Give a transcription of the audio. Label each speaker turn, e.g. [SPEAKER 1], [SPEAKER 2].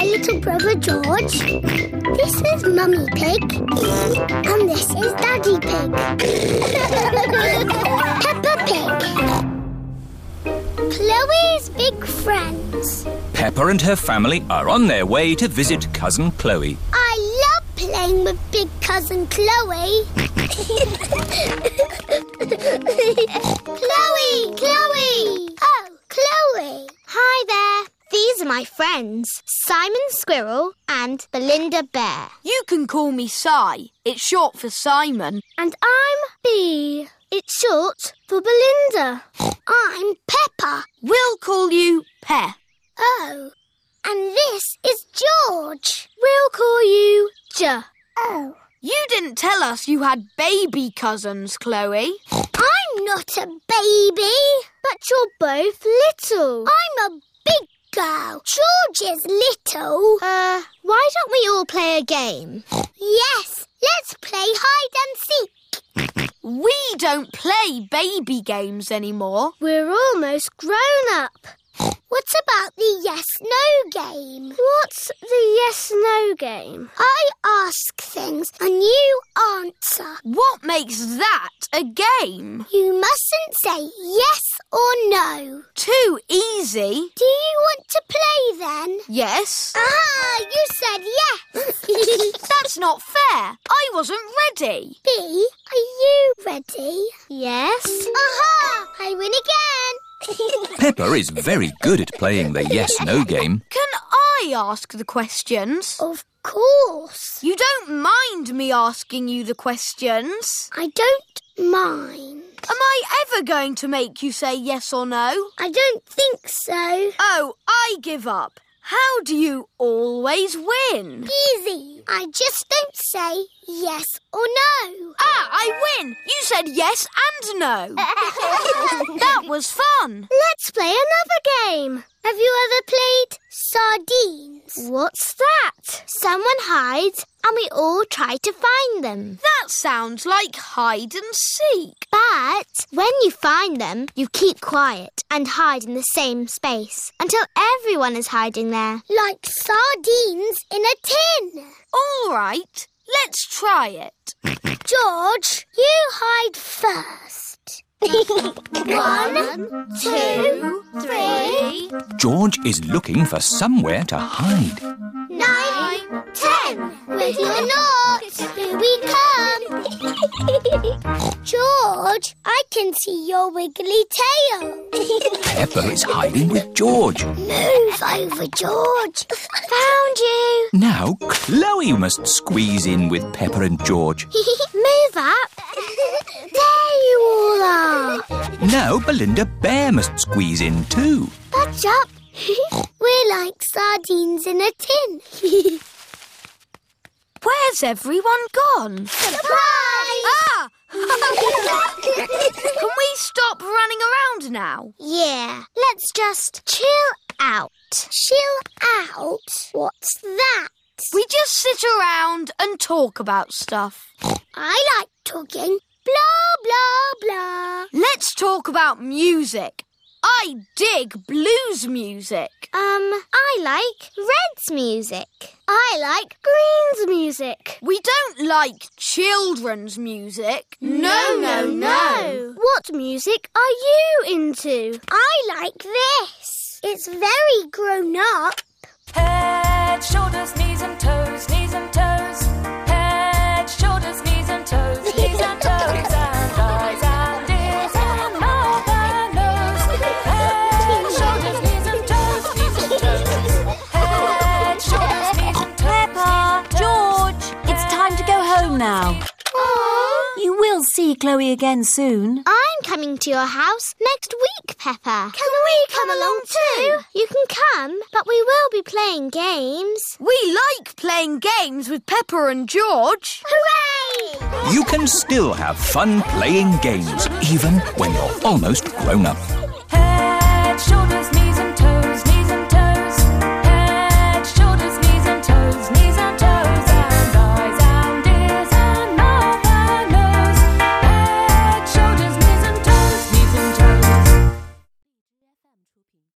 [SPEAKER 1] Uncle George. This is Mummy Pig. And this is Daddy Pig. Peppa Pig. Chloe's big friends.
[SPEAKER 2] Pepper and her family are on their way to visit cousin Chloe.
[SPEAKER 1] I love playing with big cousin Chloe. Chloe! Chloe! Oh, Chloe.
[SPEAKER 3] Hi there. These are my friends, Simon Squirrel and Belinda Bear.
[SPEAKER 4] You can call me Si. It's short for Simon.
[SPEAKER 3] And I'm B. It's short for Belinda.
[SPEAKER 1] I'm Peppa.
[SPEAKER 4] We'll call you Pe.
[SPEAKER 1] Oh, and this is George.
[SPEAKER 3] We'll call you J.
[SPEAKER 1] Oh,
[SPEAKER 4] You didn't tell us you had baby cousins, Chloe.
[SPEAKER 1] I'm not a baby.
[SPEAKER 3] But you're both little.
[SPEAKER 1] I'm a big girl. George is little.
[SPEAKER 3] Uh, why don't we all play a game?
[SPEAKER 1] Yes, let's play hide and seek.
[SPEAKER 4] We don't play baby games anymore.
[SPEAKER 3] We're almost grown up.
[SPEAKER 1] What about the yes no game?
[SPEAKER 3] What's the yes no game?
[SPEAKER 1] I ask things and you answer.
[SPEAKER 4] What makes that a game?
[SPEAKER 1] You mustn't say yes or no.
[SPEAKER 4] Too easy.
[SPEAKER 1] Do you want to play then?
[SPEAKER 4] Yes.
[SPEAKER 1] Ah, you said yes.
[SPEAKER 4] That's not fair. I wasn't ready.
[SPEAKER 1] B, are you ready?
[SPEAKER 3] Yes?
[SPEAKER 1] Aha! I win again.
[SPEAKER 2] Pepper is very good at playing the yes no game.
[SPEAKER 4] Can I ask the questions?
[SPEAKER 1] of course.
[SPEAKER 4] You don't mind me asking you the questions?
[SPEAKER 1] I don't mind.
[SPEAKER 4] Am I ever going to make you say yes or no?
[SPEAKER 1] I don't think so.
[SPEAKER 4] Oh, I give up. How do you always win?
[SPEAKER 1] Easy. I just don't say yes or no.
[SPEAKER 4] Ah, I win! You said yes and no. that was fun.
[SPEAKER 3] Let's play another game.
[SPEAKER 1] Have you ever played sardines?
[SPEAKER 3] What's that? Someone hides and we all try to find them.
[SPEAKER 4] That sounds like hide and seek.
[SPEAKER 3] But when you find them, you keep quiet and hide in the same space until everyone is hiding there.
[SPEAKER 1] Like sardines in a tin.
[SPEAKER 4] All right, let's try it.
[SPEAKER 1] George, you hide first. One, two, three,
[SPEAKER 2] George is looking for somewhere to hide.
[SPEAKER 1] nine, ten. With you not, here we come. George, I can see your wiggly tail.
[SPEAKER 2] Pepper is hiding with George.
[SPEAKER 1] Move over, George.
[SPEAKER 3] Found you!
[SPEAKER 2] Now Chloe must squeeze in with Pepper and George.
[SPEAKER 3] Move up!
[SPEAKER 1] there you all are.
[SPEAKER 2] Now Belinda Bear must squeeze in too.
[SPEAKER 1] Budge up. We're like sardines in a tin.
[SPEAKER 4] Where's everyone gone?
[SPEAKER 1] Surprise!
[SPEAKER 4] Ah! Can we stop running around now?
[SPEAKER 3] Yeah, let's just chill out.
[SPEAKER 1] Chill out. What's that?
[SPEAKER 4] We just sit around and talk about stuff.
[SPEAKER 1] I like talking. Blah, blah, blah.
[SPEAKER 4] Let's talk about music. I dig blues music.
[SPEAKER 3] Um, I like Red's music. I like Green's music.
[SPEAKER 4] We don't like children's music. No,
[SPEAKER 3] What music are you into?
[SPEAKER 1] I like this. It's very grown up.
[SPEAKER 5] Head, shoulders, knees and toes, knees and toes. Head, shoulders, knees and toes, knees and toes. And eyes and ears and mouth and nose. Head, shoulders, knees and toes, knees and toes. Head, shoulders, knees and toes. Peppa,
[SPEAKER 6] George, it's time to go home now. You will see Chloe again soon.
[SPEAKER 3] I'm coming to your house next week, Pepper. Can we come along too? You can come, but we will be playing games.
[SPEAKER 4] We like playing games with Pepper and George.
[SPEAKER 3] Hooray!
[SPEAKER 2] You can still have fun playing games even when you're almost grown up.
[SPEAKER 5] Head, shoulders,